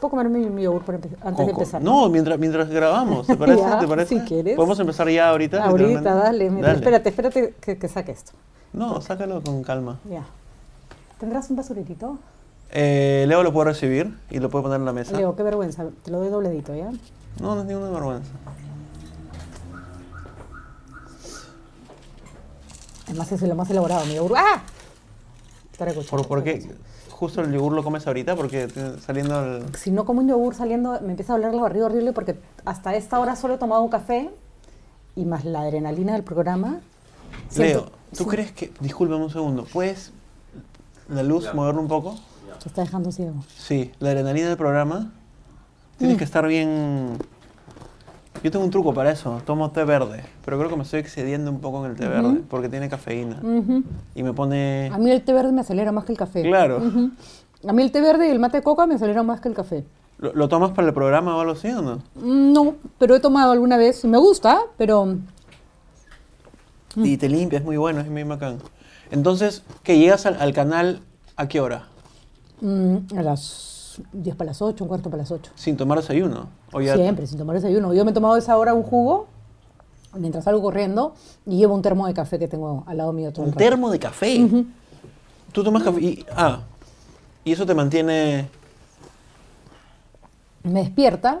puedo comerme mi yogur por empe- antes de Con- con- empezar. No, mientras, mientras grabamos, ¿te parece? Ya, ¿Te parece? si quieres. Podemos empezar ya ahorita. Ahorita, literalmente? dale, mira, Espérate, espérate que, que saque esto. No, sácalo con calma. Ya. ¿Tendrás un basurerito? Eh, Leo lo puede recibir y lo puede poner en la mesa. Leo, qué vergüenza. Te lo doy dobledito, ¿ya? No, no es ninguna vergüenza. Además, es lo más elaborado, mi yogur. ¡Ah! Tarecucho, ¿Por, por qué tarecucho. justo el yogur lo comes ahorita? Porque te- saliendo el... Si no como un yogur saliendo, me empieza a doler la barriga horrible porque hasta esta hora solo he tomado un café y más la adrenalina del programa. siento- Leo, ¿tú crees que... Discúlpame un segundo. ¿Puedes la luz moverla un poco? Te está dejando ciego. Sí, la adrenalina del programa. Tienes que estar bien... Yo tengo un truco para eso. Tomo té verde. Pero creo que me estoy excediendo un poco en el té verde. Porque tiene cafeína. Ujú. Y me pone... A mí el té verde me acelera más que el café. Claro. Ujú. A mí el té verde y el mate de coca me aceleran más que el café. ¿Lo, lo tomas para el programa o algo así o no? Mm, No, pero he tomado alguna vez y me gusta, pero Y te limpia, es muy bueno, es muy bacán. Entonces, que llegas al, al canal a qué hora? mm, a las 10 para las 8, un cuarto para las 8. Sin tomar desayuno. O Oh, ya- Siempre, sin tomar desayuno. Yo me he tomado a esa hora un jugo mientras salgo corriendo y llevo un termo de café que tengo al lado mío. todo el Un rato. termo de café. Tú tomas café y ah. Y eso te mantiene Me despierta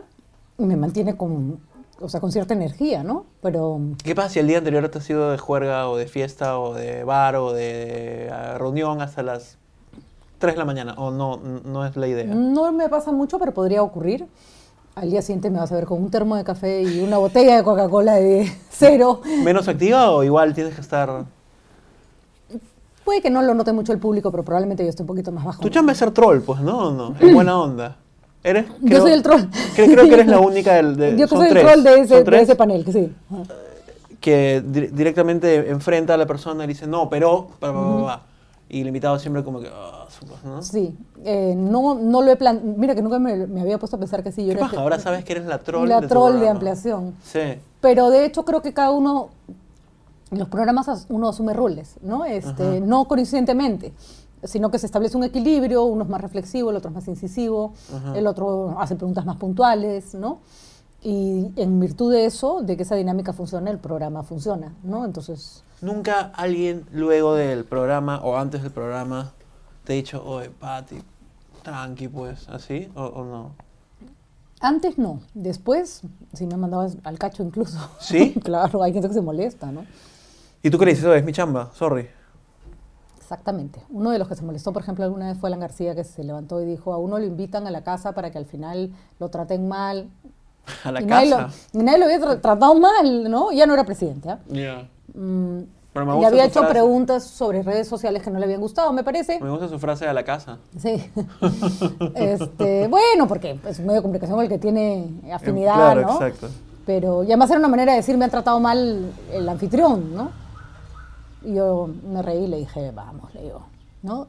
y me mantiene con, o sea, con cierta energía, ¿no? Pero ¿Qué pasa si el día anterior te has ido de juerga o de fiesta o de bar o de ah, reunión hasta las 3 de la mañana? O no no es la idea. No me pasa mucho, pero podría ocurrir. Al día siguiente me vas a ver con un termo de café y una botella de Coca-Cola de cero. ¿Menos activa o igual tienes que estar Puede que no lo note mucho el público, pero probablemente yo esté un poquito más bajo. Tu chamba es ser troll, pues, ¿no? no en buena onda. Eres, Mm. Yo soy el troll. Creo, creo que eres la única del. de- yo que son soy el tres, troll de son ese, de tres ese panel, que sí. Ajá. Que dir- directamente enfrenta a la persona y le dice, no, pero. bla, bla, bla, bla". Y el invitado siempre como que. "Ah, su- ¿no? Mm-hmm. Sí. Eh, no, no lo he plan... Mira que nunca me, me había puesto a pensar que sí. Yo ¿Qué era paja? Ahora sabes que eres la troll. la de tu troll de programa. ampliación. Sí. Pero de hecho creo que cada uno, en los programas as- uno asume roles, ¿no? Este, no coincidentemente, sino que se establece un equilibrio, uno es más reflexivo, el otro es más incisivo, Ajá. el otro hace preguntas más puntuales, ¿no? Y en virtud de eso, de que esa dinámica funciona, el programa funciona, ¿no? Entonces, Nunca alguien luego del programa o antes del programa te ha dicho, oye, Pati, tranqui, pues, así, o, o no. antes no, después, si me mandabas al cacho incluso. ¿Sí? claro, hay gente que se molesta, ¿no? ¿Y tú qué le dices? "Oye, es mi chamba, sorry. Exactamente. Uno de los que se molestó, por ejemplo, alguna vez fue Alan García, que se levantó y dijo, a uno lo invitan a la casa para que al final lo traten mal. A la y Nadie casa. lo, y nadie lo había tra- tratado mal, ¿no? Ya no era presidente. ¿ah? Ya. Mm, Pero me y gusta había tu hecho frase. preguntas sobre redes sociales que no le habían gustado, me parece. Me gusta su frase a la casa. Sí. este, bueno, porque es un medio de comunicación con el que tiene afinidad, claro, ¿no? exacto. Pero, y además era una manera de decir, me han tratado mal el anfitrión, ¿no? Y yo me reí y le dije, vamos, le digo, ¿no?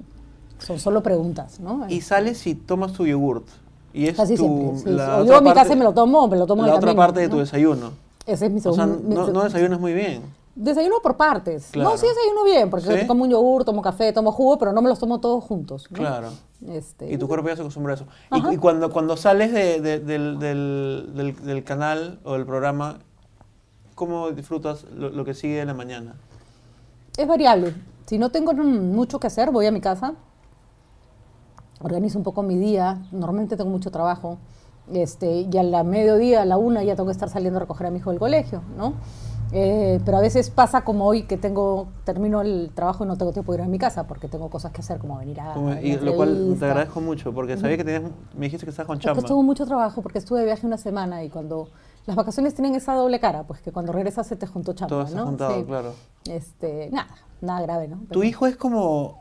Son solo preguntas, ¿no? Y sales y tomas tu yogurt. Y es Casi tu, siempre. sí, la sí. O otra yo a mi casa parte- y me lo tomo, o me lo tomo en La el otra camino, parte de tu ¿no? desayuno. Ese es mi O sea, segundo. mi no, se- no desayunas muy bien. Desayuno por partes. Claro. No, sí desayuno bien, porque ¿Sí? como un yogur, tomo café, tomo jugo, pero no me los tomo todos juntos. ¿no? Claro. Este, Y tu cuerpo ya se acostumbra a eso. Ajá. Y, y cuando, cuando sales de- de- del, del- del- del canal o del programa, ¿cómo disfrutas lo, lo que sigue en la mañana? Es variable. Si no tengo mm, mucho que hacer, voy a mi casa, organizo un poco mi día. Normalmente tengo mucho trabajo. Este, y a la mediodía, a la una, ya tengo que estar saliendo a recoger a mi hijo del colegio, ¿no? Eh, pero a veces pasa como hoy que tengo, termino el trabajo y no tengo tiempo de ir a mi casa porque tengo cosas que hacer, como venir a. Como- una y lo cual te entrevista. agradezco mucho, porque sabía que tenías, me dijiste que estabas con Es que chamba. tuve mucho trabajo porque estuve de viaje una semana y cuando las vacaciones tienen esa doble cara, pues que cuando regresas se te juntó chamba, Todo está ¿no? juntado, Sí. claro. Este, nada, nada grave, ¿no? Tu Pero- hijo es como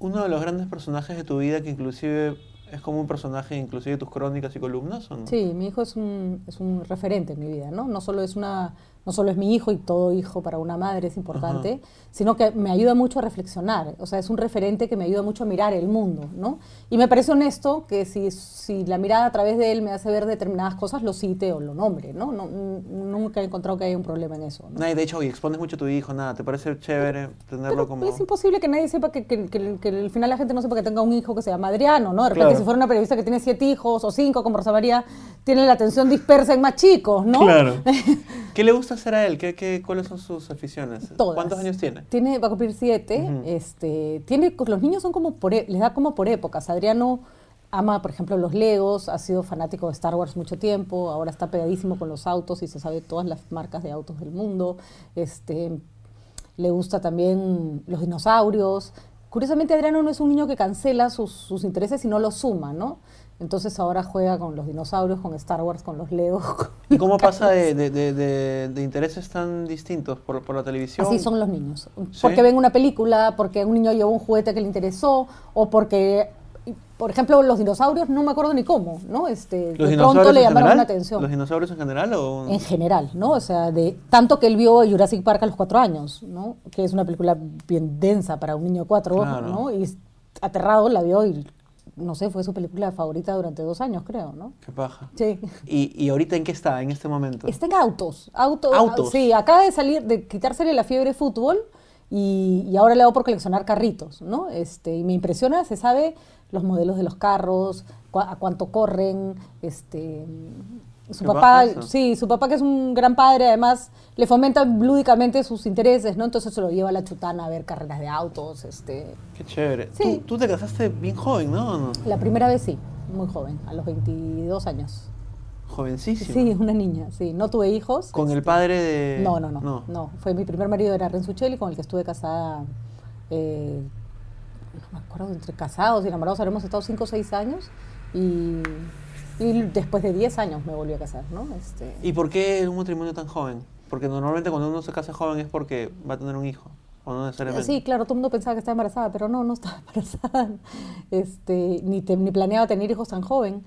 uno de los grandes personajes de tu vida que inclusive es como un personaje inclusive de tus crónicas y columnas, ¿o no? Sí, mi hijo es un, es un referente en mi vida, ¿no? No solo es una no solo es mi hijo y todo hijo para una madre es importante, sino que me ayuda mucho a reflexionar, o sea, es un referente que me ayuda mucho a mirar el mundo, ¿no? Y me parece honesto que si, si la mirada a través de él me hace ver determinadas cosas, lo cite o lo nombre, ¿no? No- n- nunca he encontrado que haya un problema en eso, ¿no? Nah, y de hecho, y expones mucho a tu hijo, nada, ¿te parece chévere tenerlo Pero pues, como...? es imposible que nadie sepa que, que- que- que al final la gente no sepa que tenga un hijo que se llama Adriano, ¿no? De repente, Claro. si fuera una periodista que tiene siete hijos o cinco, como Rosa María, tiene la atención dispersa en más chicos, ¿no? Claro. ¿Qué le gusta hacer a él? ¿Qué, qué, ¿Cuáles son sus aficiones? Todas. ¿Cuántos años tiene? Tiene, va a cumplir siete. este, tiene, los niños son como por, e- les da como por épocas. Adriano ama, por ejemplo, los Legos, ha sido fanático de Star Wars mucho tiempo, ahora está pegadísimo con los autos y se sabe todas las marcas de autos del mundo. Este, le gusta también los dinosaurios. Curiosamente, Adriano no es un niño que cancela sus, sus intereses, sino los suma, ¿no? Entonces ahora juega con los dinosaurios, con Star Wars, con los Legos. ¿Y cómo pasa de, de- de- de- de intereses tan distintos por, por la televisión? Así son los niños. Sí. Porque ven una película, porque un niño llevó un juguete que le interesó, o porque, y, por ejemplo, los dinosaurios, no me acuerdo ni cómo, ¿no? Este, ¿Los de dinosaurios pronto le en llamaron general? la atención. ¿Los dinosaurios en general o...? En general, ¿no? O sea, de tanto que él vio Jurassic Park a los cuatro años, ¿no? Que es una película bien densa para un niño de cuatro, Claro. ¿no? Y s- aterrado la vio y, no sé, fue su película favorita durante dos años, creo, ¿no? Qué paja. Sí. ¿Y, y ahorita en qué está, en este momento? Está en autos. Auto, Autos. Sí, acaba de salir, de quitársele la fiebre de fútbol y, y ahora le hago por coleccionar carritos, ¿no? Este, y me impresiona, se sabe los modelos de los carros, cua- a cuánto corren, este. Su Qué papá, baja eso. sí, su papá que es un gran padre, además le fomenta lúdicamente sus intereses, ¿no? Entonces se lo lleva a la chutana a ver carreras de autos, este, Qué chévere. Sí. Tú, tú te casaste bien joven, ¿no? ¿O no? la primera vez sí, muy joven, a los 22 años. Jovencísimo. Sí, una niña, sí, no tuve hijos. Con el padre de... No, no, no, no. Fue mi primer marido era Renzuchelli, con el que estuve casada. eh, no me acuerdo, entre casados y enamorados habremos estado 5 o 6 años. Y, y después de 10 años me volví a casar, ¿no? Este, ¿Y por qué un matrimonio tan joven? Porque normalmente cuando uno se casa joven es porque va a tener un hijo, o no necesariamente. sí, claro, todo el mundo pensaba que estaba embarazada, pero no, no estaba embarazada. Este, ni, te- ni planeaba tener hijos tan joven.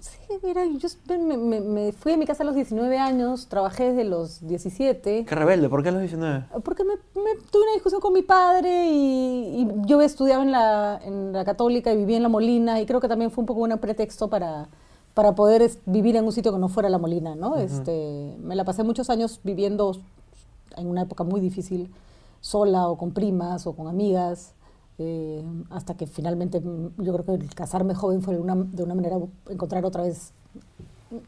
Sí, mira, yo me, me- me fui de mi casa a los 19 años, trabajé desde los 17. Qué rebelde, ¿por qué a los 19? Ah, Porque me, me- tuve una discusión con mi padre y, y yo estudiaba en la, en la católica y vivía en La Molina y creo que también fue un poco un pretexto para, para poder es- vivir en un sitio que no fuera La Molina, ¿no? este, me la pasé muchos años viviendo en una época muy difícil, sola o con primas o con amigas, eh, hasta que finalmente mm, yo creo que el casarme joven fue una- de una manera encontrar otra vez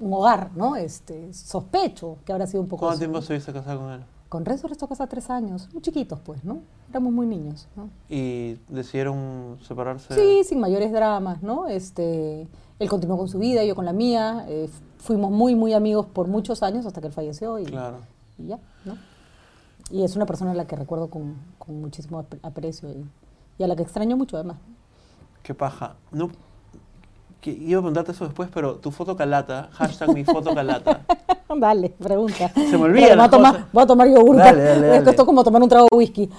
un hogar, ¿no? Este, sospecho que habrá sido un poco... ¿Cuánto eso, tiempo ¿no? estuviste casada con él? Con Renzo restó casa tres años, muy chiquitos pues, ¿no? Éramos muy niños, ¿no? ¿Y decidieron separarse? Sí, sin mayores dramas, ¿no? Este, él continuó con su vida, yo con la mía, eh, f- fuimos muy, muy amigos por muchos años hasta que él falleció y, Claro. y ya, ¿no? Y es una persona a la que recuerdo con, con muchísimo ap- aprecio y, y a la que extraño mucho además. Qué paja. No, que- iba a preguntarte eso después, pero tu foto calata, hashtag mi foto calata. Dale, pregunta. Se me olvida Voy a las tomar, cosas. voy a tomar yogur. Dale, dale, Es que dale. Esto es como tomar un trago de whisky.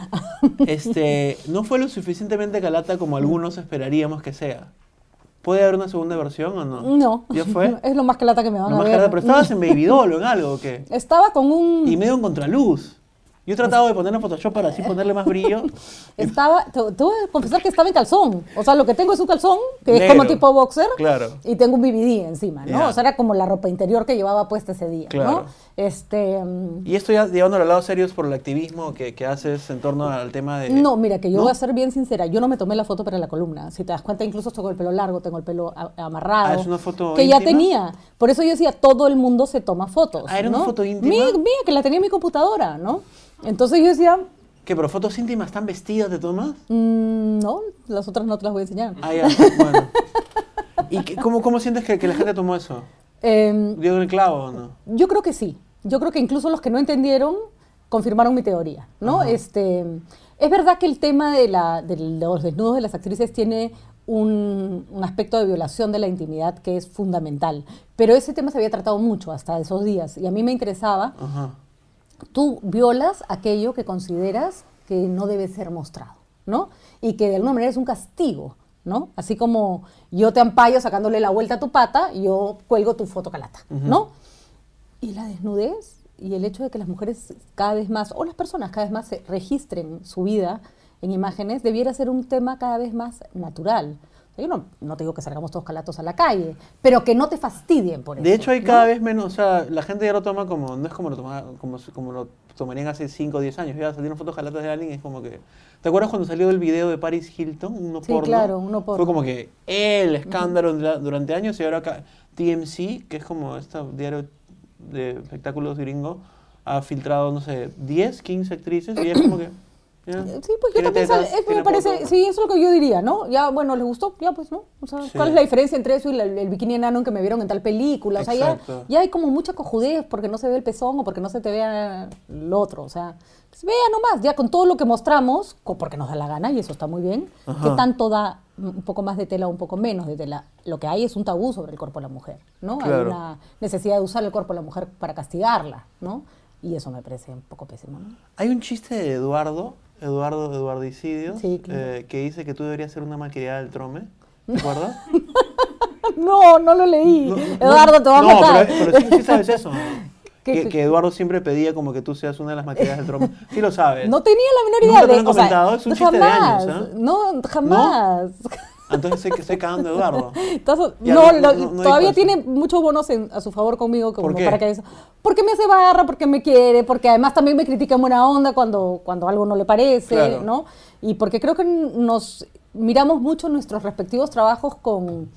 Este, no fue lo suficientemente calata como algunos esperaríamos que sea. ¿Puede haber una segunda versión o no? No. ¿Ya fue? Es lo más que lata que me van No a más ver. Mm. calata, pero estabas en Baby Doll o en algo, ¿o qué? Estaba con un... Y medio en contraluz. Yo he tratado de ponerlo en Photoshop para así ponerle más brillo. Estaba, te, te voy a confesar que estaba en calzón. O sea, lo que tengo es un calzón, que es Negro. como tipo boxer, Claro. y tengo un BBD encima, ¿no? Ya. O sea, era como la ropa interior que llevaba puesta ese día, Claro. ¿no? Este, mm, Y esto ya llevándolo al lado serio es por el activismo que, que haces en torno al tema de... no, mira, que yo Eh, ¿no? voy a ser bien sincera, yo no me tomé la foto para la columna. Si te das cuenta, incluso tengo el pelo largo, tengo el pelo a- amarrado. Ah, ¿es una foto Que ya íntima? tenía. Por eso yo decía, todo el mundo se toma fotos. Ah, ¿era una ¿no? foto íntima? Mía, mía, que la tenía en mi computadora, ¿no? Entonces yo decía, ¿Qué, pero fotos íntimas tan vestidas de tomas? mm, no, las otras no te las voy a enseñar. Ah, ya, bueno. ¿Y qué- cómo, cómo sientes que, que la gente tomó eso? Em, ¿Dio en el clavo o no? Yo creo que sí. Yo creo que incluso los que no entendieron confirmaron mi teoría, ¿no? Este, es verdad que el tema de, la- de los desnudos de las actrices tiene un, un aspecto de violación de la intimidad que es fundamental, pero ese tema se había tratado mucho hasta esos días y a mí me interesaba, Ajá. tú violas aquello que consideras que no debe ser mostrado, ¿no? Y que de alguna manera es un castigo, ¿no? Así como yo te ampallo sacándole la vuelta a tu pata, yo cuelgo tu foto calata, ¿no? Y la desnudez y el hecho de que las mujeres cada vez más, o las personas cada vez más se registren su vida en imágenes, debiera ser un tema cada vez más natural. O sea, yo no, no te digo que salgamos todos calatos a la calle, pero que no te fastidien por eso. De hecho, hay ¿no? cada vez menos, o sea, la gente ya lo toma como, no es como lo, toma, como, como lo tomarían hace 5 o 10 años. Ya salieron fotos jalatas de alguien y es como que. ¿Te acuerdas cuando salió el video de Paris Hilton? Uno Sí, porno. claro, uno porno. Fue como que el escándalo dura- durante años y ahora acá TMC, que es como este diario de espectáculos gringo, ha filtrado, no sé, 10, 15 actrices y es como que. ya, Sí, pues yo tiene también sal- tetas, es- me tiene parece, poto. sí, eso es lo que yo diría, ¿no? Ya, bueno, les gustó, ya pues, ¿no? O sea, Sí. ¿cuál es la diferencia entre eso y la- el bikini enano que me vieron en tal película? O sea, ya, Exacto. ya hay como mucha cojudez porque no se ve el pezón o porque no se te vea lo otro, o sea, pues, vea nomás, ya con todo lo que mostramos, co- porque nos da la gana y eso está muy bien, Ajá. que tanto da mm, un poco más de tela o un poco menos de tela? Lo que hay es un tabú sobre el cuerpo de la mujer, ¿no? Hay Claro. una necesidad de usar el cuerpo de la mujer para castigarla, ¿no? Y eso me parece un poco pésimo, ¿no? Hay un chiste de Eduardo, Eduardo Eduardicidio, Sí, claro. eh, que dice que tú deberías ser una malcriada del trome. ¿Te acuerdas? No, no lo leí. No, no, Eduardo, te vas no, a matar. Pero, pero sí, sí sabes eso. ¿Qué- que, qué? que Eduardo siempre pedía como que tú seas una de las malcriadas del trome. Sí lo sabes. no tenía la menor idea Nunca te lo de han o sea, comentado, es un chiste de jamás, años, ¿ah? No, jamás. Entonces sé que estoy cagando a Eduardo. Entonces, Ya, no, no, lo- no, no hay todavía cosa. tiene muchos bonos en- a su favor conmigo como ¿Por qué? para que eso. Porque me hace barra, porque me quiere, porque además también me critica en buena onda cuando, cuando algo no le parece, Claro. ¿no? Y porque creo que nos miramos mucho nuestros respectivos trabajos con,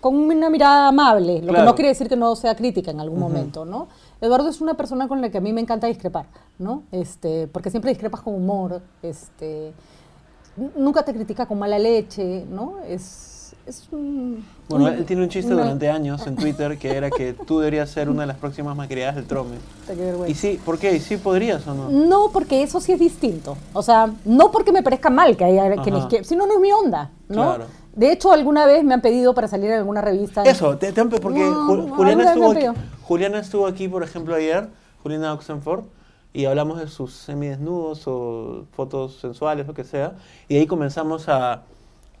con una mirada amable, lo que Claro. no quiere decir que no sea crítica en algún momento, ¿no? Eduardo es una persona con la que a mí me encanta discrepar, ¿no? Este, porque siempre discrepas con humor, este, n- nunca te critica con mala leche, ¿no? Es, es un- Bueno, un- él tiene un chiste una- durante años en Twitter que era que tú deberías ser una de las próximas malcriadas del trome. Puta, qué vergüenza. Y sí, ¿por qué? ¿Y sí podrías o no? No, porque eso sí es distinto. O sea, no porque me parezca mal que haya quienes Ajá. que, sino no es mi onda, ¿no? Claro. De hecho, alguna vez me han pedido para salir en alguna revista. Eso, te, te han pe- porque No, Ju- no, alguna Juliana, estuvo vez me aquí, Juliana estuvo aquí, por ejemplo, ayer, Juliana Oxenford, y hablamos de sus semidesnudos o fotos sensuales, lo que sea, y ahí comenzamos a,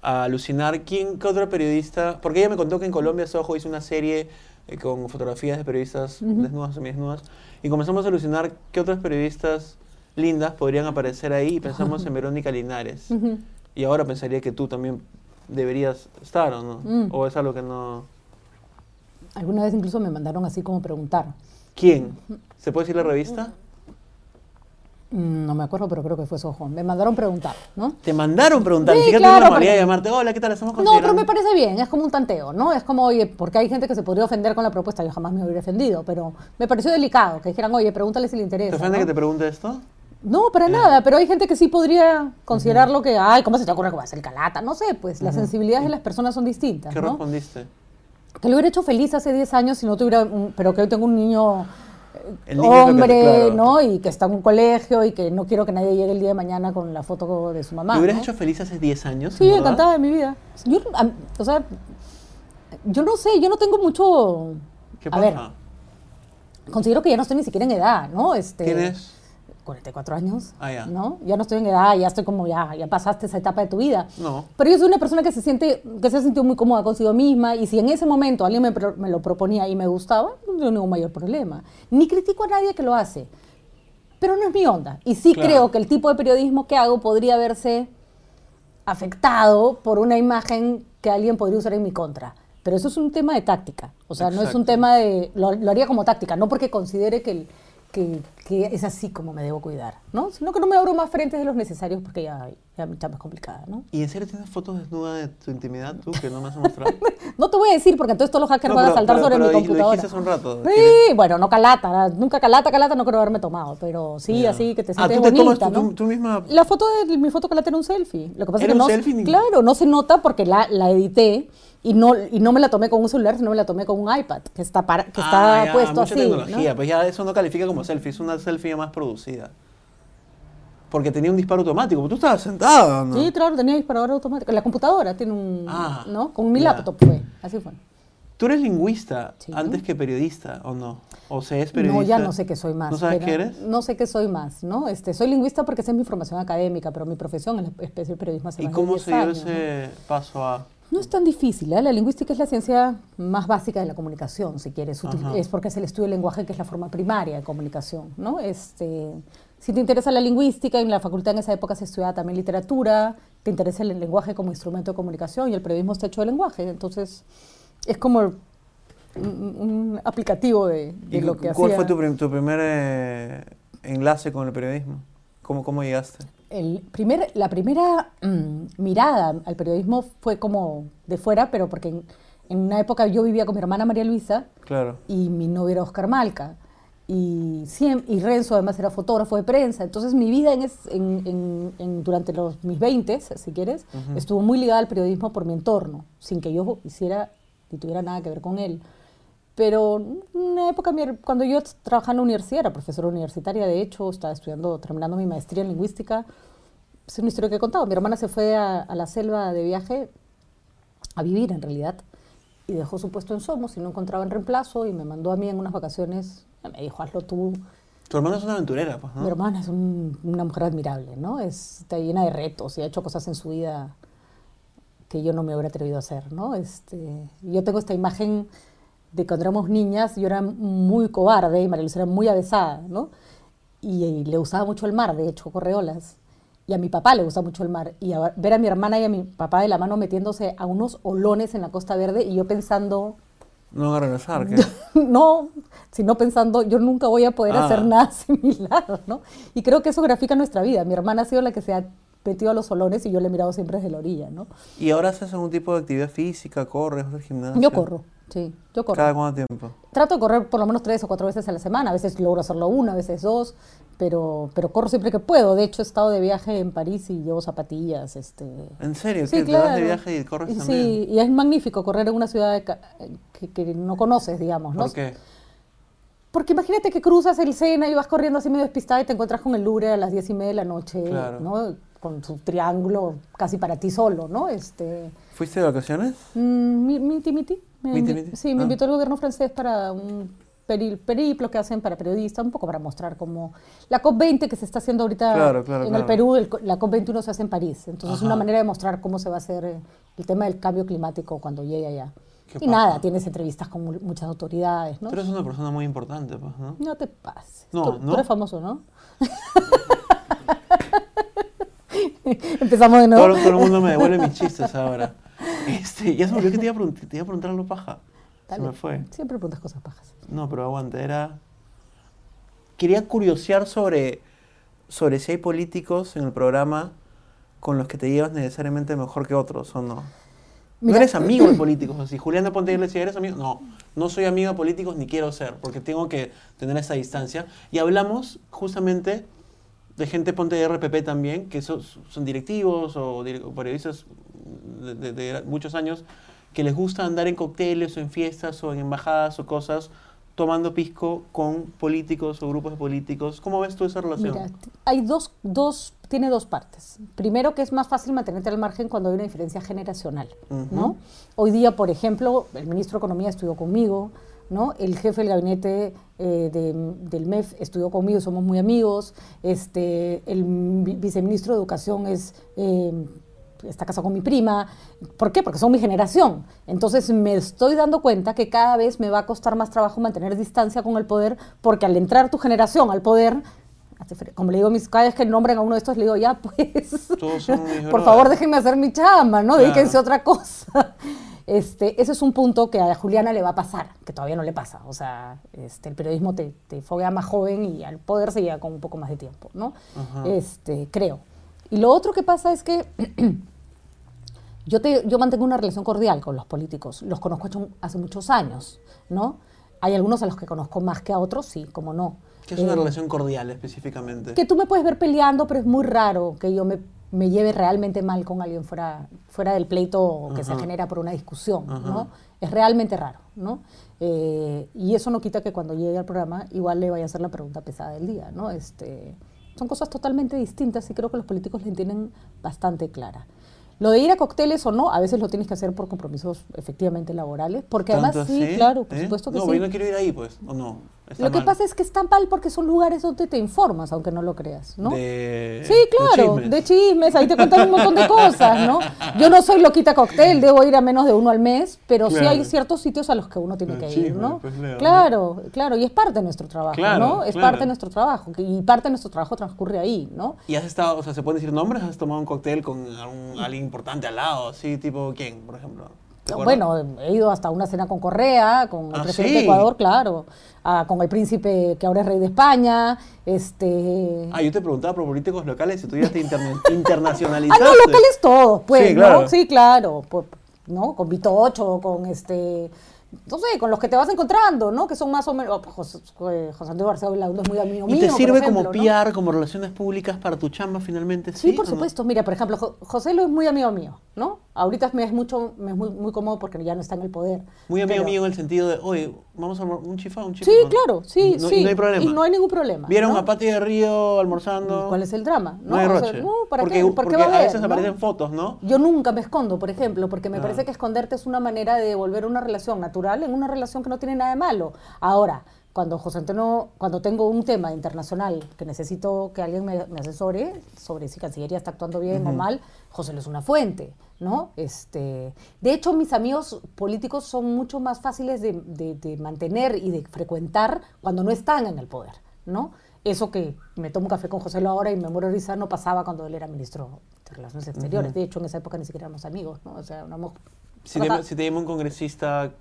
a alucinar quién, qué otro periodista, porque ella me contó que en Colombia Soho hizo una serie eh, con fotografías de periodistas desnudas, semidesnudas, y comenzamos a alucinar qué otros periodistas lindas podrían aparecer ahí, y pensamos en Verónica Linares. Ujú. Y ahora pensaría que tú también deberías estar, ¿o no? Mm. ¿O es algo que no...? Alguna vez incluso me mandaron así como preguntar. ¿Quién? ¿Se puede decir la revista? Mm, No me acuerdo, pero creo que fue Soho. Me mandaron preguntar, ¿no? Te mandaron preguntar, ni Sí, siquiera claro, tuvieron la porque- manera de llamarte. Hola, ¿qué tal? Estamos No, pero me considerando- parece bien, es como un tanteo, ¿no? Es como, oye, porque hay gente que se podría ofender con la propuesta, yo jamás me hubiera ofendido, pero me pareció delicado que dijeran, oye, pregúntale si le interesa. ¿Te ofende ¿no? que te pregunte esto? No, Eh. para nada, pero hay gente que sí podría considerarlo que, ay, ¿cómo se te ocurre que va a ser calata? No sé, pues las sensibilidades de las personas son distintas, ¿Qué ¿no? respondiste? Que lo hubiera hecho feliz hace 10 años si no tuviera, un- pero que hoy tengo un niño, eh, El niño es lo que- hombre, claro. ¿no? Y que está en un colegio y que no quiero que nadie llegue el día de mañana con la foto de su mamá. ¿Te hubieras ¿no? hecho feliz hace 10 años? Sí, en verdad? encantada de mi vida. Yo, a- o sea, yo no sé, yo no tengo mucho... ¿Qué A ver, pasa? considero que ya no estoy ni siquiera en edad, ¿no? Este, ¿Tienes...? 44 años, Ah, ya. ¿no? Ya no estoy en edad, ya estoy como ya, ya pasaste esa etapa de tu vida. No. Pero yo soy una persona que se siente, que se ha sentido muy cómoda consigo misma y si en ese momento alguien me, pro- me lo proponía y me gustaba, no tengo ningún mayor problema. Ni critico a nadie que lo hace, pero no es mi onda. Y sí Claro. creo que el tipo de periodismo que hago podría verse afectado por una imagen que alguien podría usar en mi contra. Pero eso es un tema de táctica. O sea, no es un Exacto. tema de... Lo, lo haría como táctica, no porque considere que, el- que, que es así como me debo cuidar, ¿no? Sino que no me abro más frentes de los necesarios porque ya, ya mi chamba es complicada, ¿no? ¿Y en serio tienes fotos desnudas de tu intimidad tú que no me has mostrado? No te voy a decir porque entonces todos los hackers No, van a pero- saltar pero- sobre pero mi di- lo computadora. dijiste hace un rato. Sí, bueno, no calata, nunca calata, calata no creo haberme tomado, pero sí, Ya. así que te Ah, sientes tú te tomas bonita, tú- ¿no? tú- tú misma- La foto de mi foto calata era un selfie. Lo que pasa es ¿Era que un no, selfie? claro, no se nota porque la, la edité y no y no me la tomé con un celular, sino me la tomé con un iPad que está para, que Pues está Ah, ya, puesto así, mucha tecnología, ¿no? pues ya eso no califica como selfie, es una selfie más producida. Porque tenía un disparo automático, pues tú estabas sentada, ¿no? Sí, claro, tenía disparador automático. La computadora tiene un, Ah, ¿no? Con mi ya. laptop fue, así fue. Tú eres lingüista Sí. antes que periodista, ¿o no? ¿O se es periodista? No, ya no sé qué soy más. ¿No sabes pero- qué eres? No sé qué soy más, ¿no? Este, soy lingüista porque esa es mi formación académica, pero mi profesión es la especie del periodismo hace ¿Y más de cómo 10 se dio años, ¿no? ese paso a...? No es tan difícil. ¿eh? La lingüística es la ciencia más básica de la comunicación, si quieres. Util- Ajá. Es porque es el estudio del lenguaje que es la forma primaria de comunicación. ¿no? Este, si te interesa la lingüística, en la facultad en esa época se estudiaba también literatura, te interesa el lenguaje como instrumento de comunicación y el periodismo está hecho de lenguaje. Entonces, es como un, un aplicativo de, de ¿Y lo que ¿Cuál hacía fue tu, prim- tu primer eh, enlace con el periodismo? ¿Cómo, cómo llegaste? el primer, la primera mm, mirada al periodismo fue como de fuera, pero porque en, en una época yo vivía con mi hermana María Luisa Claro. y mi novio era Oscar Malca. Y, siem- y Renzo además era fotógrafo de prensa. Entonces mi vida en es- en- en- en- durante los, mis 20, si quieres, Ujú. estuvo muy ligada al periodismo por mi entorno, sin que yo hiciera ni tuviera nada que ver con él. Pero en una época, mi her- cuando yo t- trabajaba en la universidad, era profesora universitaria, de hecho, estaba estudiando, terminando mi maestría en lingüística. Es una historia que he contado. Mi hermana se fue a, a la selva de viaje a vivir en realidad. Y dejó su puesto en Somos y no encontraban reemplazo y me mandó a mí en unas vacaciones. Me dijo, hazlo tú. Tu hermana es una aventurera, pues, ¿no? Mi hermana es un- una mujer admirable, ¿no? Es, está llena de retos y ha hecho cosas en su vida que yo no me hubiera atrevido a hacer, ¿no? Este, yo tengo esta imagen de cuando éramos niñas, yo era muy cobarde y María Luisa era muy avesada, ¿no? Y, y le gustaba mucho el mar, de hecho, correolas. Y a mi papá le gustaba mucho el mar. Y a- ver a mi hermana y a mi papá de la mano metiéndose a unos olones en la Costa Verde y yo pensando, No van a regresar, ¿qué? no, sino pensando, yo nunca voy a poder Ah. hacer nada similar, ¿no? Y creo que eso grafica nuestra vida. Mi hermana ha sido la que se ha metido a los solones y yo le he mirado siempre desde la orilla, ¿no? ¿Y ahora haces algún tipo de actividad física? ¿Corres? ¿Haces gimnasia? Yo corro, sí, yo corro. Ah, ¿Cada cuánto tiempo? Trato de correr por lo menos tres o cuatro veces a la semana, a veces logro hacerlo una, a veces dos, pero, pero corro siempre que puedo. De hecho, he estado de viaje en París y llevo zapatillas, este, ¿En serio? Sí, ¿Qué? ¿Te vas de claro. viaje y corres Y también? Sí, y es magnífico correr en una ciudad ca- eh, que, que no conoces, digamos, ¿no? ¿Por qué? Porque imagínate que cruzas el Sena y vas corriendo así medio despistada y te encuentras con el Louvre a las diez y media de la noche, Claro. ¿no? Con su triángulo casi para ti solo, ¿no? Este, ¿Fuiste de vacaciones? mm, mi- Miti Miti. me Miti invi- Miti, Sí, me ah. invitó el gobierno francés para un peri- periplo que hacen para periodistas, un poco para mostrar como la COP20 que se está haciendo ahorita Claro, claro, en claro. el Perú, el co- la COP21 se hace en París. Entonces es una Ajá. manera de mostrar cómo se va a hacer eh, el tema del cambio climático cuando llegue allá. Qué Y nada, paja. tienes entrevistas con mu- muchas autoridades, ¿no? Tú eres una persona muy importante, pues, ¿no? No te pases. No, tú, tú ¿no? eres famoso, ¿no? Empezamos de Todo, nuevo. todo el mundo me devuelve mis chistes ahora. Este, ya se me olvidó que te iba a preguntar, te iba a preguntar algo paja. Está se me bien. fue. Siempre preguntas cosas pajas. No, pero aguante, era... Quería curiosear sobre, sobre si hay políticos en el programa con los que te llevas necesariamente mejor que otros, ¿o no? Mira, no eres amigo de políticos, así. Juliana Ponte yo le decía, ¿eres amigo? No, no soy amigo de políticos ni quiero ser, porque tengo que tener esa distancia. Y hablamos justamente de gente ponte de RPP también, que so- son directivos o, dir- o periodistas de, de- de muchos años, que les gusta andar en cócteles o en fiestas o en embajadas o cosas, tomando pisco con políticos o grupos de políticos. ¿Cómo ves tú esa relación? Mira, t- hay dos, dos, tiene dos partes. Primero, que es más fácil mantenerte al margen cuando hay una diferencia generacional, Ujú. ¿no? Hoy día, por ejemplo, el ministro de Economía estudió conmigo, ¿no? El jefe del gabinete eh, de- del MEF estudió conmigo, somos muy amigos. Este, el vi- viceministro de Educación es... eh, está casado con mi prima. ¿Por qué? Porque son mi generación. Entonces me estoy dando cuenta que cada vez me va a costar más trabajo mantener distancia con el poder, porque al entrar tu generación al poder, hace fre- como le digo a mis cada vez que nombran a uno de estos, le digo, ya pues, Todos son mis por brothers. favor déjenme hacer mi chamba, ¿no? Claro. Dedíquense a otra cosa. Este, ese es un punto que a Juliana le va a pasar, que todavía no le pasa. O sea, este, el periodismo te, te foguea más joven y al poder se llega con un poco más de tiempo, ¿no? Ajá. Este, creo. Y lo otro que pasa es que yo, te- yo mantengo una relación cordial con los políticos, los conozco hace, hace muchos años, ¿no? Hay algunos a los que conozco más que a otros, sí, como no. Que es una Eh, relación cordial específicamente. que tú me puedes ver peleando, pero es muy raro que yo me, me lleve realmente mal con alguien fuera, fuera del pleito que se Ajá. genera por una discusión, Ajá. ¿no? Es realmente raro, ¿no? Eh, y eso no quita que cuando llegue al programa igual le vaya a hacer la pregunta pesada del día, ¿no? Este, son cosas totalmente distintas y creo que los políticos la entienden bastante clara. Lo de ir a cócteles o no, a veces lo tienes que hacer por compromisos efectivamente laborales, porque además ¿Tanto sí, así? claro, por ¿Eh? supuesto que no, sí. pero yo no quiero ir ahí, pues, o no. Está Lo que mal. pasa es que está mal porque son lugares donde te informas, aunque no lo creas, ¿no? De- Sí, de claro, chismes. de chismes, ahí te cuentan un montón de cosas, ¿no? Yo no soy loquita cóctel, debo ir a menos de uno al mes, pero sí Claro. hay ciertos sitios a los que uno tiene El que ir, chisme, ¿no? pues, Leo, ¿no? claro, claro, y es parte de nuestro trabajo, Claro, ¿no? Es claro. parte de nuestro trabajo, que- y parte de nuestro trabajo transcurre ahí, ¿no? ¿Y has estado, o sea, se pueden decir nombres? ¿Has tomado un cóctel con algún- alguien importante al lado? Sí, tipo, ¿quién, por ejemplo? ¿Te acuerdas? Bueno, he ido hasta una cena con Correa, con el Ah, presidente ¿sí? de Ecuador, claro, ah, con el príncipe que ahora es rey de España, este... Ah, yo te preguntaba por políticos locales y tú ya te interna- Ah, internacionalizaste. no, locales todos, pues, Sí, ¿no? claro. Sí, claro, por- ¿no? Con Vitocho, con este, no sé, con los que te vas encontrando, ¿no? Que son más o menos, oh, José, eh, José Antonio García Belaundo es muy amigo ¿Y mío, te por sirve ejemplo, como ¿no? PR, como relaciones públicas para tu chamba finalmente? Sí, Sí, por o no? supuesto. Mira, por ejemplo, Jo- José lo es muy amigo mío, ¿no? Ahorita me es mucho, me es muy, muy cómodo porque ya no está en el poder. Muy amigo pero- mío en el sentido de, oye, vamos a armar un chifa, un chifa. Sí, ¿no? claro, sí, No- sí. No hay problema. Y no hay ningún problema. Vieron ¿no? a Pati de Río almorzando. ¿Cuál es el drama? No hay O sea, roche. no, ¿para porque qué? ¿Por qué porque va a haber, veces no? aparecen fotos, ¿no? Yo nunca me escondo, por ejemplo, porque me Ah. parece que esconderte es una manera de devolver una relación natural en una relación que no tiene nada de malo. Ahora, cuando José Antonio, cuando tengo un tema internacional que necesito que alguien me, me asesore sobre si Cancillería está actuando bien o mal, José lo es una fuente, ¿no? Este, de hecho, mis amigos políticos son mucho más fáciles de, de- de mantener y de frecuentar cuando no están en el poder, ¿no? Eso que me tomo un café con José Lo ahora y me muero de risa no pasaba cuando él era ministro de Relaciones Exteriores. De hecho, en esa época ni siquiera éramos amigos, ¿no? O sea, éramos... Si o te, sea, si te llama un congresista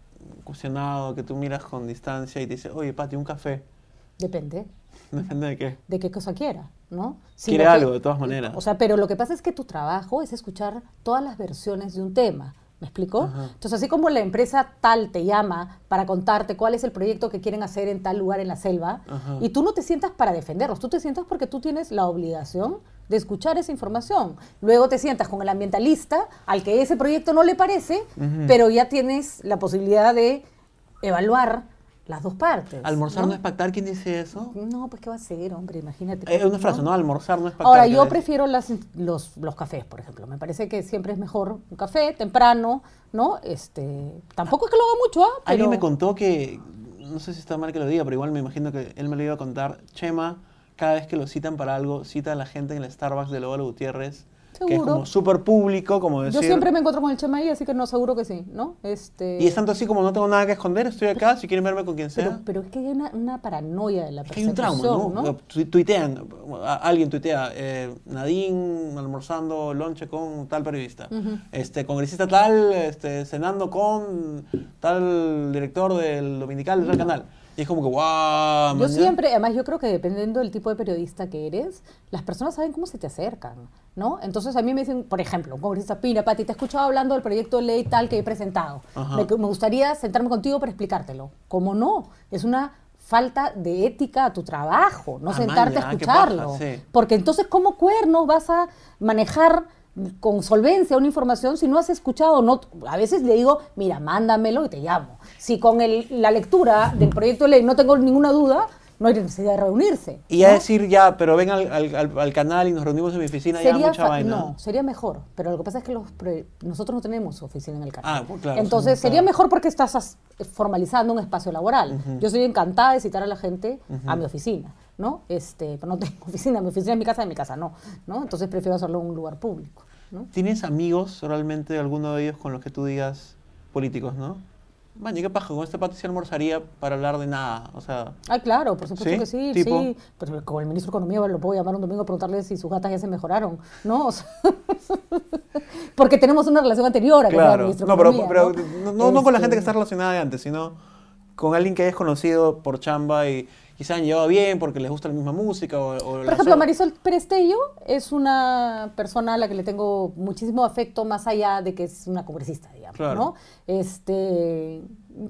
cuestionado que tú miras con distancia y te dice, oye, Pati, un café. Depende Depende de qué. de qué cosa quiera, ¿no? Sino Quiere que- algo, de todas maneras. O sea, pero lo que pasa es que tu trabajo es escuchar todas las versiones de un tema. ¿Me explico? Ajá. Entonces, así como la empresa tal te llama para contarte cuál es el proyecto que quieren hacer en tal lugar en la selva, Ajá. y tú no te sientas para defenderlos, tú te sientas porque tú tienes la obligación de escuchar esa información. Luego te sientas con el ambientalista al que ese proyecto no le parece, Ujú. pero ya tienes la posibilidad de evaluar las dos partes. Almorzar no, ¿no? es pactar, ¿quién dice eso? No, pues qué va a ser, hombre, imagínate. Es una frase, ¿no? Almorzar no es pactar. Ahora, que yo es- prefiero las, los, los cafés, por ejemplo. Me parece que siempre es mejor un café temprano, ¿no? Este, tampoco es que lo haga mucho, ¿ah? Alguien Pero- me contó que, no sé si está mal que lo diga, pero igual me imagino que él me lo iba a contar. Chema, cada vez que lo citan para algo, cita a la gente en el Starbucks de Lóvalo Gutiérrez. Que es Seguro. como súper público, como decir. Yo siempre me encuentro con el Chema ahí, así que no, seguro que sí, ¿no? Este, Y es tanto así como no tengo nada que esconder, estoy acá, si quieren verme con quien sea. pero, pero es que hay una, una paranoia de la es que hay un trauma, ¿no? persecución, Tu- Tuitean, a- alguien tuitea, eh, Nadine almorzando lonche con tal periodista, Ujú. este congresista tal, este, cenando con tal director del dominical de tal canal. Y es como que, wow. Yo siempre, además yo creo que dependiendo del tipo de periodista que eres, las personas saben cómo se te acercan, ¿no? Entonces a mí me dicen, por ejemplo, un congresista, Pina, Pati, te he escuchado hablando del proyecto de ley tal que he presentado. Ajá. Me, me gustaría sentarme contigo para explicártelo. ¿Cómo no? Es una falta de ética a tu trabajo, no Ah, sentarte maña, a ah, qué paja, escucharlo. sí. Porque entonces, ¿cómo cuernos vas a manejar con solvencia una información si no has escuchado? No, a veces le digo, mira, mándamelo y te llamo. Si con el- la lectura del proyecto de ley no tengo ninguna duda, no hay necesidad de reunirse. Y ya ¿no? decir, ya, pero ven al, al- al- al canal y nos reunimos en mi oficina, ya mucha fa- vaina. No, sería mejor. Pero lo que pasa es que los pre- nosotros no tenemos oficina en el canal. Ah, pues claro, Entonces somos- sería claro. mejor porque estás as- eh, formalizando un espacio laboral. Yo soy encantada de citar a la gente a mi oficina, ¿no? Este, pero no tengo oficina, mi oficina es mi casa, de mi casa no, ¿no? Entonces prefiero hacerlo en un lugar público, ¿no? ¿Tienes amigos realmente, alguno de ellos con los que tú digas políticos, no? Maña, qué paja, con este pato se almorzaría para hablar de nada. O sea, Ah, claro, por supuesto ¿Sí? que sí, ¿Tipo? sí. Pero con el ministro de Economía lo puedo llamar un domingo a preguntarle si sus gatas ya se mejoraron, ¿no? O sea, porque tenemos una relación anterior a que era el Claro. ministro de No, pero, Economía, pero no, no- no con la gente que Este, está relacionada de antes, sino con alguien que hayas conocido por chamba y quizás han llevado bien porque les gusta la misma música. O, o Por la ejemplo, so- Marisol Pérez Tello es una persona a la que le tengo muchísimo afecto, más allá de que es una congresista, digamos, Claro. ¿no? Este,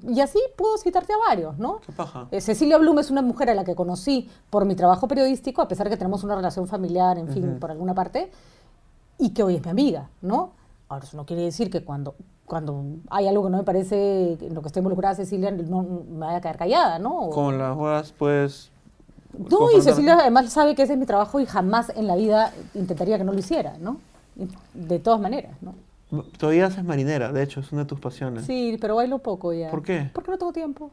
y así puedo citarte a varios, ¿no? Qué paja. Eh, Cecilia Blum es una mujer a la que conocí por mi trabajo periodístico, a pesar que tenemos una relación familiar, en fin, por alguna parte, y que hoy es mi amiga, ¿no? Ahora, eso no quiere decir que cuando, cuando hay algo que no me parece en lo que esté involucrada Cecilia, no me vaya a quedar callada, ¿no? O- Con las horas, pues. Tú y confrontar- Cecilia además sabe que ese es mi trabajo y jamás en la vida intentaría que no lo hiciera, ¿no? De todas maneras, ¿no? Todavía haces marinera, de hecho, es una de tus pasiones. Sí, pero bailo poco ya. ¿Eh? ¿Por qué? Porque no tengo tiempo.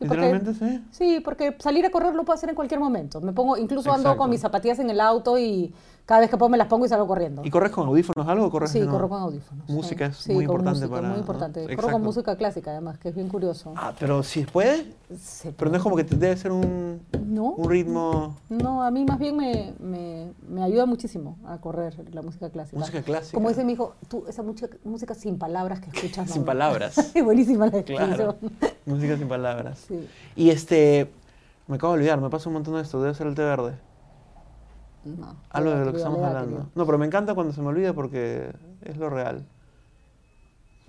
Y porque- Literalmente, sí. Sí, porque salir a correr lo puedo hacer en cualquier momento. Me pongo, incluso ando Exacto. con mis zapatillas en el auto y cada vez que puedo me las pongo y salgo corriendo. ¿Y corres con audífonos algo o corres Sí, de no? corro con audífonos. Música es Sí, muy con importante música, para- Muy importante. ¿no? Corro Exacto. con música clásica, además, que es bien curioso. Ah, pero si puede. Se- Pero no es como que te debe ser un, ¿No? un ritmo. No, a mí más bien me, me, me ayuda muchísimo a correr la música clásica. Música clásica. Como dice mi hijo, tú, esa música, música sin palabras que escuchas. Sin mamá. palabras. Es buenísima la Claro. descripción. Música sin palabras. Sí. Y este. Me acabo de olvidar, me pasa un montón de esto. Debe ser el té verde. No, Algo le da de lo que crío, estamos le da hablando. crío. No, pero me encanta cuando se me olvida porque es lo real.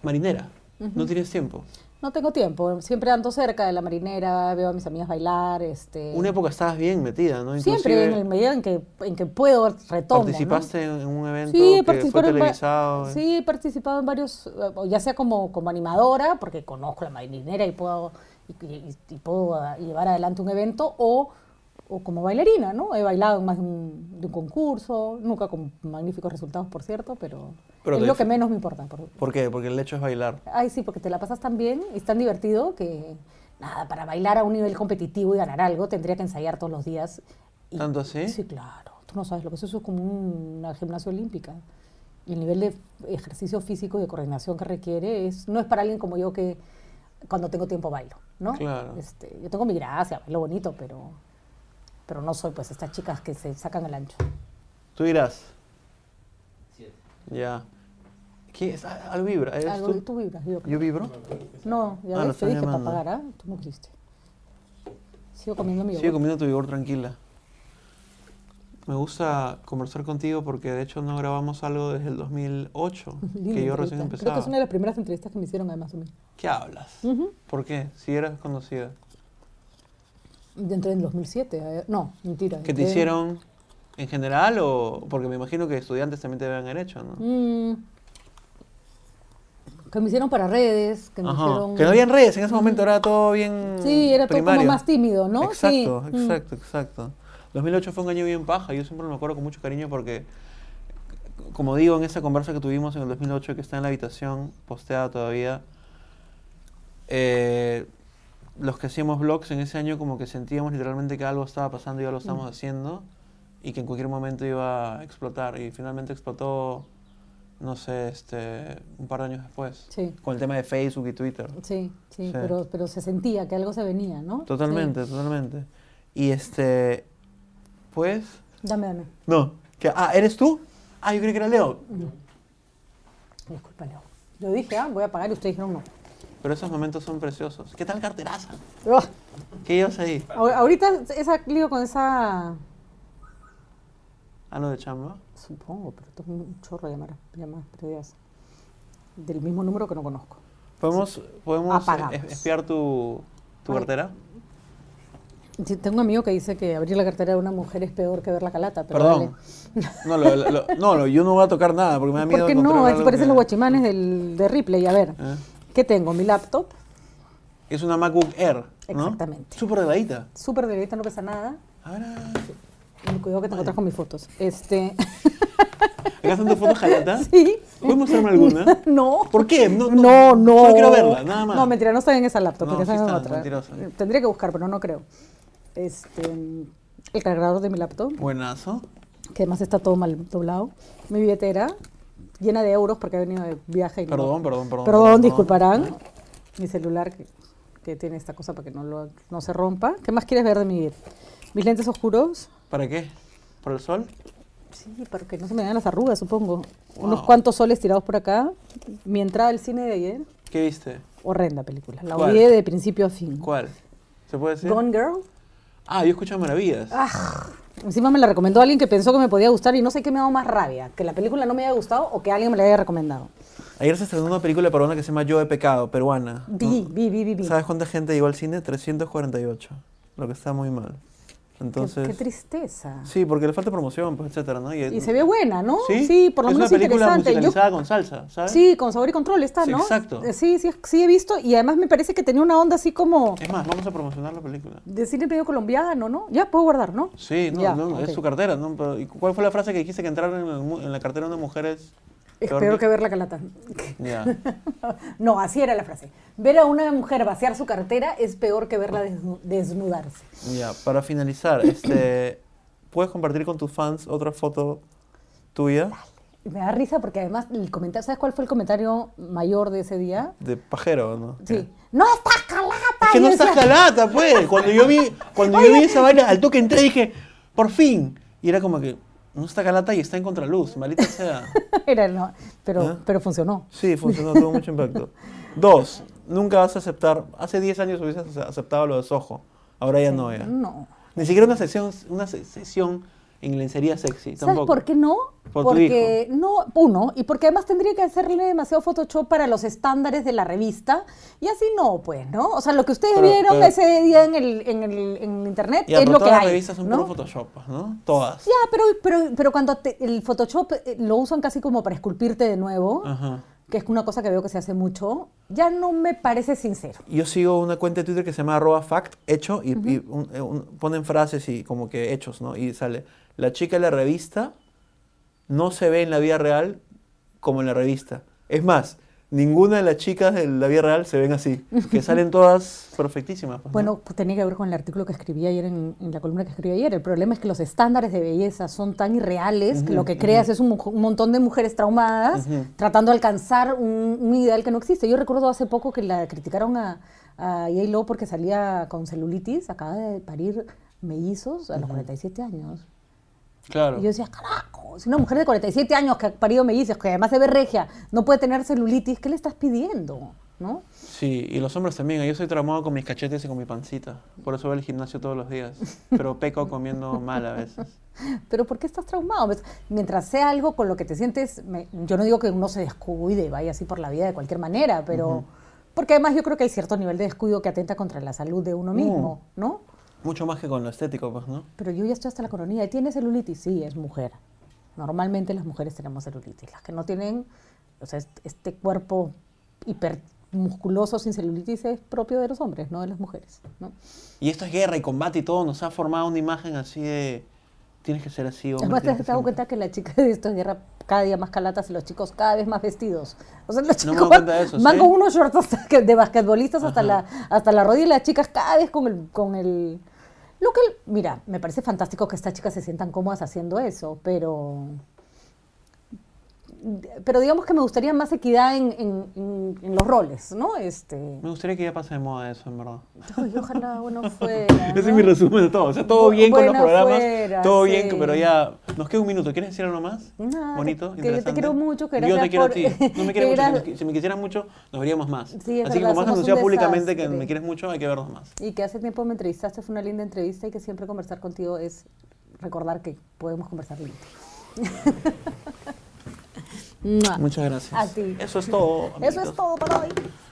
Marinera. No tienes tiempo. No tengo tiempo. Siempre ando cerca de la marinera, veo a mis amigas bailar. Este, Una época estabas bien metida, ¿no? siempre Inclusive en el medida en que, en que puedo retomo. ¿no? participaste en- en un evento Sí, he que fue participado en va- televisado. eh. sí, he participado en varios, eh, ya sea como, como animadora, porque conozco la marinera y puedo, y, y- y puedo ah, llevar adelante un evento, o, o como bailarina, ¿no? He bailado en más de un, de un concurso, nunca con magníficos resultados, por cierto, pero, Pero es te lo que def- menos me importa. por- ¿Por qué? Porque el hecho es bailar. Ay, sí, porque te la pasas tan bien y es tan divertido que, nada, para bailar a un nivel competitivo y ganar algo tendría que ensayar todos los días. Y- ¿Tanto así? Sí, claro. Tú no sabes lo que es eso, es como una gimnasia olímpica. Y el nivel de ejercicio físico y de coordinación que requiere es, no es para alguien como yo que cuando tengo tiempo bailo, ¿no? Claro. Este, yo tengo mi gracia, bailo bonito, pero, pero no soy pues estas chicas que se sacan el ancho. Tú dirás. Ya. ¿Qué es? Ah, Algo vibra. ¿Eres Algo tú? que tú vibras, yo creo. ¿Yo vibro? No, ya Ah, lo ves, te están dije para llamando. pagar, ¿ah? Tú no quisiste. Sigo comiendo mi Sigue yogur. comiendo tu vigor tranquila. Me gusta conversar contigo porque de hecho no grabamos algo desde el 2008, Linda que yo entrevista. recién Creo que empezaba. es una de las primeras entrevistas que me hicieron además a mí. ¿Qué hablas? Ujú. ¿Por qué? Si eras conocida. Yo entré en 2007. eh, No, mentira. ¿Qué te entré- hicieron en general o...? Porque me imagino que estudiantes también te habían hecho, ¿no? Mm, que me hicieron para redes, que me Ajá. hicieron... Que no había redes, en ese momento era todo bien Sí, era todo como primario. más tímido, ¿no? Sí, Exacto, mm. exacto, exacto. 2008 fue un año bien paja, yo siempre me acuerdo con mucho cariño porque, c- como digo, en esa conversa que tuvimos en el 2008, que está en la habitación, posteada todavía, eh, los que hacíamos vlogs en ese año como que sentíamos literalmente que algo estaba pasando y ya lo estábamos Mm. haciendo y que en cualquier momento iba a explotar y finalmente explotó, no sé, este, un par de años después, Sí, con el tema de Facebook y Twitter. sí, sí, Sí. Pero, pero se sentía que algo se venía, ¿no? Totalmente, totalmente. Y este, pues, Sí. Dame, dame. no. que- ah, ¿eres tú? Ah, yo creí que era Leo. Disculpa, Leo. Yo dije, ah, voy a pagar y ustedes dijeron no. Pero esos momentos son preciosos. ¿Qué tal carteraza? Ugh. ¿Qué llevas ahí? Ahor- Ah, Ahorita esa lío con esa... ¿Algo Ah, de chamba? Supongo, pero tengo un chorro de llamadas, llamadas perdidas. Del mismo número que no conozco. ¿Podemos, podemos Apagamos. eh, espiar tu, tu Ay. cartera? Sí, tengo un amigo que dice que abrir la cartera de una mujer es peor que ver la calata. Pero Perdón. dale. No, lo- lo- lo- no, lo- yo no voy a tocar nada porque me da miedo. ¿Por qué encontrar no? Ahí algo parecen que- los guachimanes del, de Ripley. A ver, ¿Eh? ¿qué tengo? Mi laptop, Es una MacBook Air, ¿no? Exactamente. Súper delgadita. súper delgadita, no pesa nada. Ahora... Y Cuidado que te encuentras con mis fotos. Este, ¿Acá están tus fotos, Jalata? sí. ¿Puedes mostrarme alguna? No. ¿Por qué? No, No, no. Solo quiero verla, nada más. No, mentira, no está en esa laptop, No, porque sí esa es está, otra. mentirosa. Tendría que buscar, pero no creo. Este, el cargador de mi laptop. Buenazo. que además está todo mal doblado. Mi billetera, llena de euros porque he venido de viaje. Y no- Perdón, perdón, perdón. Perdón, disculparán. Mi celular que, que tiene esta cosa para que no, lo- no se rompa. ¿Qué más quieres ver de mi billetera? Mis lentes oscuros, ¿Para qué? ¿Por el sol? sí, para que no se me vean las arrugas, supongo. Unos Wow. cuantos soles tirados por acá. Mi entrada al cine de ayer, ¿Qué viste? horrenda película. La ¿Cuál? odié de principio a fin. ¿Cuál? ¿Se puede decir? Gone Girl. Ah, yo escucho maravillas. Encima me la recomendó alguien que pensó que me podía gustar y no sé qué me ha dado más rabia, que la película no me haya gustado o que alguien me la haya recomendado. Ayer se estrenó una película peruana que se llama Yo he pecado, peruana. Vi, vi, vi, vi, vi. ¿Sabes cuánta gente llegó al cine? 348. Lo que está muy mal. Qué- Entonces. Qué, tristeza. sí, porque le falta promoción, pues, etcétera, ¿no? Y se ve buena, ¿no? ¿Sí? por lo es menos una película interesante. Yo- musicalizada con salsa, ¿sabes? sí, con sabor y control está, Sí, ¿no? exacto. Eh, Sí, sí, sí he visto. Y además me parece que tenía una onda así como Es más, vamos a promocionar la película. de cine medio colombiano, ¿no? Ya puedo guardar, ¿no? Sí, no, Ya, no, ok. es su cartera, ¿no? Pero, ¿y ¿Cuál fue la frase que dijiste que entrar en, el mu- en la cartera de una mujer es Es Peor peor que- que ver la calata. Ya. No, así era la frase. Ver a una mujer vaciar su cartera es peor que verla desnu- desnudarse. Ya, para finalizar, este, ¿puedes compartir con tus fans otra foto tuya Me da risa porque además el comentario, ¿sabes cuál fue el comentario mayor de ese día? de pajero, no? Sí. No estás calata. Es que Y no yo estás decía, calata, pues. Cuando yo vi, cuando yo vi esa vaina, al toque entré y dije, por fin. Y era como que, no está calata y está en contraluz, maldita sea. Era, no, pero, ¿Ah? pero funcionó. Sí, funcionó, tuvo mucho impacto. Dos, nunca vas a aceptar, hace 10 años hubieses aceptado lo de Soho, ahora ya no, ya. No. Ni siquiera una sesión, una se- sesión en lencería sexy, ¿Sabes tampoco. por qué no? Por tu porque no, uno, y porque además tendría que hacerle demasiado Photoshop para los estándares de la revista, y así no, pues, ¿no? O sea, lo que ustedes Pero- vieron pero- ese día en el, en el- en internet Ya, es pero lo que todas las hay. revistas son ¿no? puro Photoshop, pues, ¿no? Todas. Ya, pero, pero, pero cuando te- el Photoshop eh, lo usan casi como para esculpirte de nuevo, Ajá. que es una cosa que veo que se hace mucho, ya no me parece sincero. Yo sigo una cuenta de Twitter que se llama arroba fact, hecho, y, y un- eh, un- ponen frases y como que hechos, ¿no? Y sale, la chica de la revista no se ve en la vida real como en la revista. Es más, ninguna de las chicas de la vida real se ven así, que salen todas perfectísimas. pues, ¿no? Bueno, pues tenía que ver con el artículo que escribí ayer, en, en la columna que escribí ayer. El problema es que los estándares de belleza son tan irreales que lo que creas es un, mo- un montón de mujeres traumadas Ujú. tratando de alcanzar un, un ideal que no existe. Yo recuerdo hace poco que la criticaron a, a J-Lo porque salía con celulitis, acaba de parir mellizos a los 47 años. claro. Y yo decía, carajo, si una mujer de 47 años que ha parido mellizos, que además se ve regia, no puede tener celulitis, ¿qué le estás pidiendo? ¿No? Sí, y los hombres también. Yo soy traumado con mis cachetes y con mi pancita. Por eso voy al gimnasio todos los días. Pero peco comiendo mal a veces. Pero ¿por qué estás traumado? Pues, mientras sea algo con lo que te sientes, me- yo no digo que uno se descuide y vaya así por la vida de cualquier manera, pero... Porque además yo creo que hay cierto nivel de descuido que atenta contra la salud de uno mismo, ¿no? Mucho más que con lo estético, pues, ¿no? Pero yo ya estoy hasta la coronilla. ¿Y ¿Tiene celulitis? Sí, es mujer. Normalmente las mujeres tenemos celulitis. Las que no tienen, o sea, est- este cuerpo hipermusculoso sin celulitis es propio de los hombres, no de las mujeres, ¿no? Y esto es guerra y combate y todo, nos ha formado una imagen así de tienes que ser así, hombre. Además, te tienes has que dado ser mujer. cuenta que la chica de esto es guerra cada día más calatas y los chicos cada vez más vestidos. O sea, los No chicos me he dado van, cuenta de eso, van ¿sí? con unos shorts hasta que- de basquetbolistas hasta la, hasta la rodilla y las chicas cada vez con el... Con el lo que, mira, me parece fantástico que estas chicas se sientan cómodas haciendo eso, pero... Pero digamos que me gustaría más equidad en, en- en- en los roles, ¿no? Este, Me gustaría que ya pase de moda eso, en verdad. ay, ojalá uno fuera. Ese es ¿no? mi resumen de todo. O sea, todo Ah. Bu- bien con los buena programas, fuera, todo bien, sí. pero ya nos queda un minuto. ¿Quieres decir algo más? Nada, que- que yo Bonito, te interesante. quiero mucho, que Yo te gracias quiero a por- ti. No me que quieres mucho. Si, gracias- me- si me quisieras mucho, nos veríamos más. Sí, es Así que verdad, como has somos un anunciado públicamente que desastre. me quieres mucho, hay que vernos más. Y que hace tiempo me entrevistaste, fue una linda entrevista y que siempre conversar contigo es recordar que podemos conversar lindo. Mua. Muchas gracias. A ti. Eso es todo. Eso amiguitos. es todo para hoy.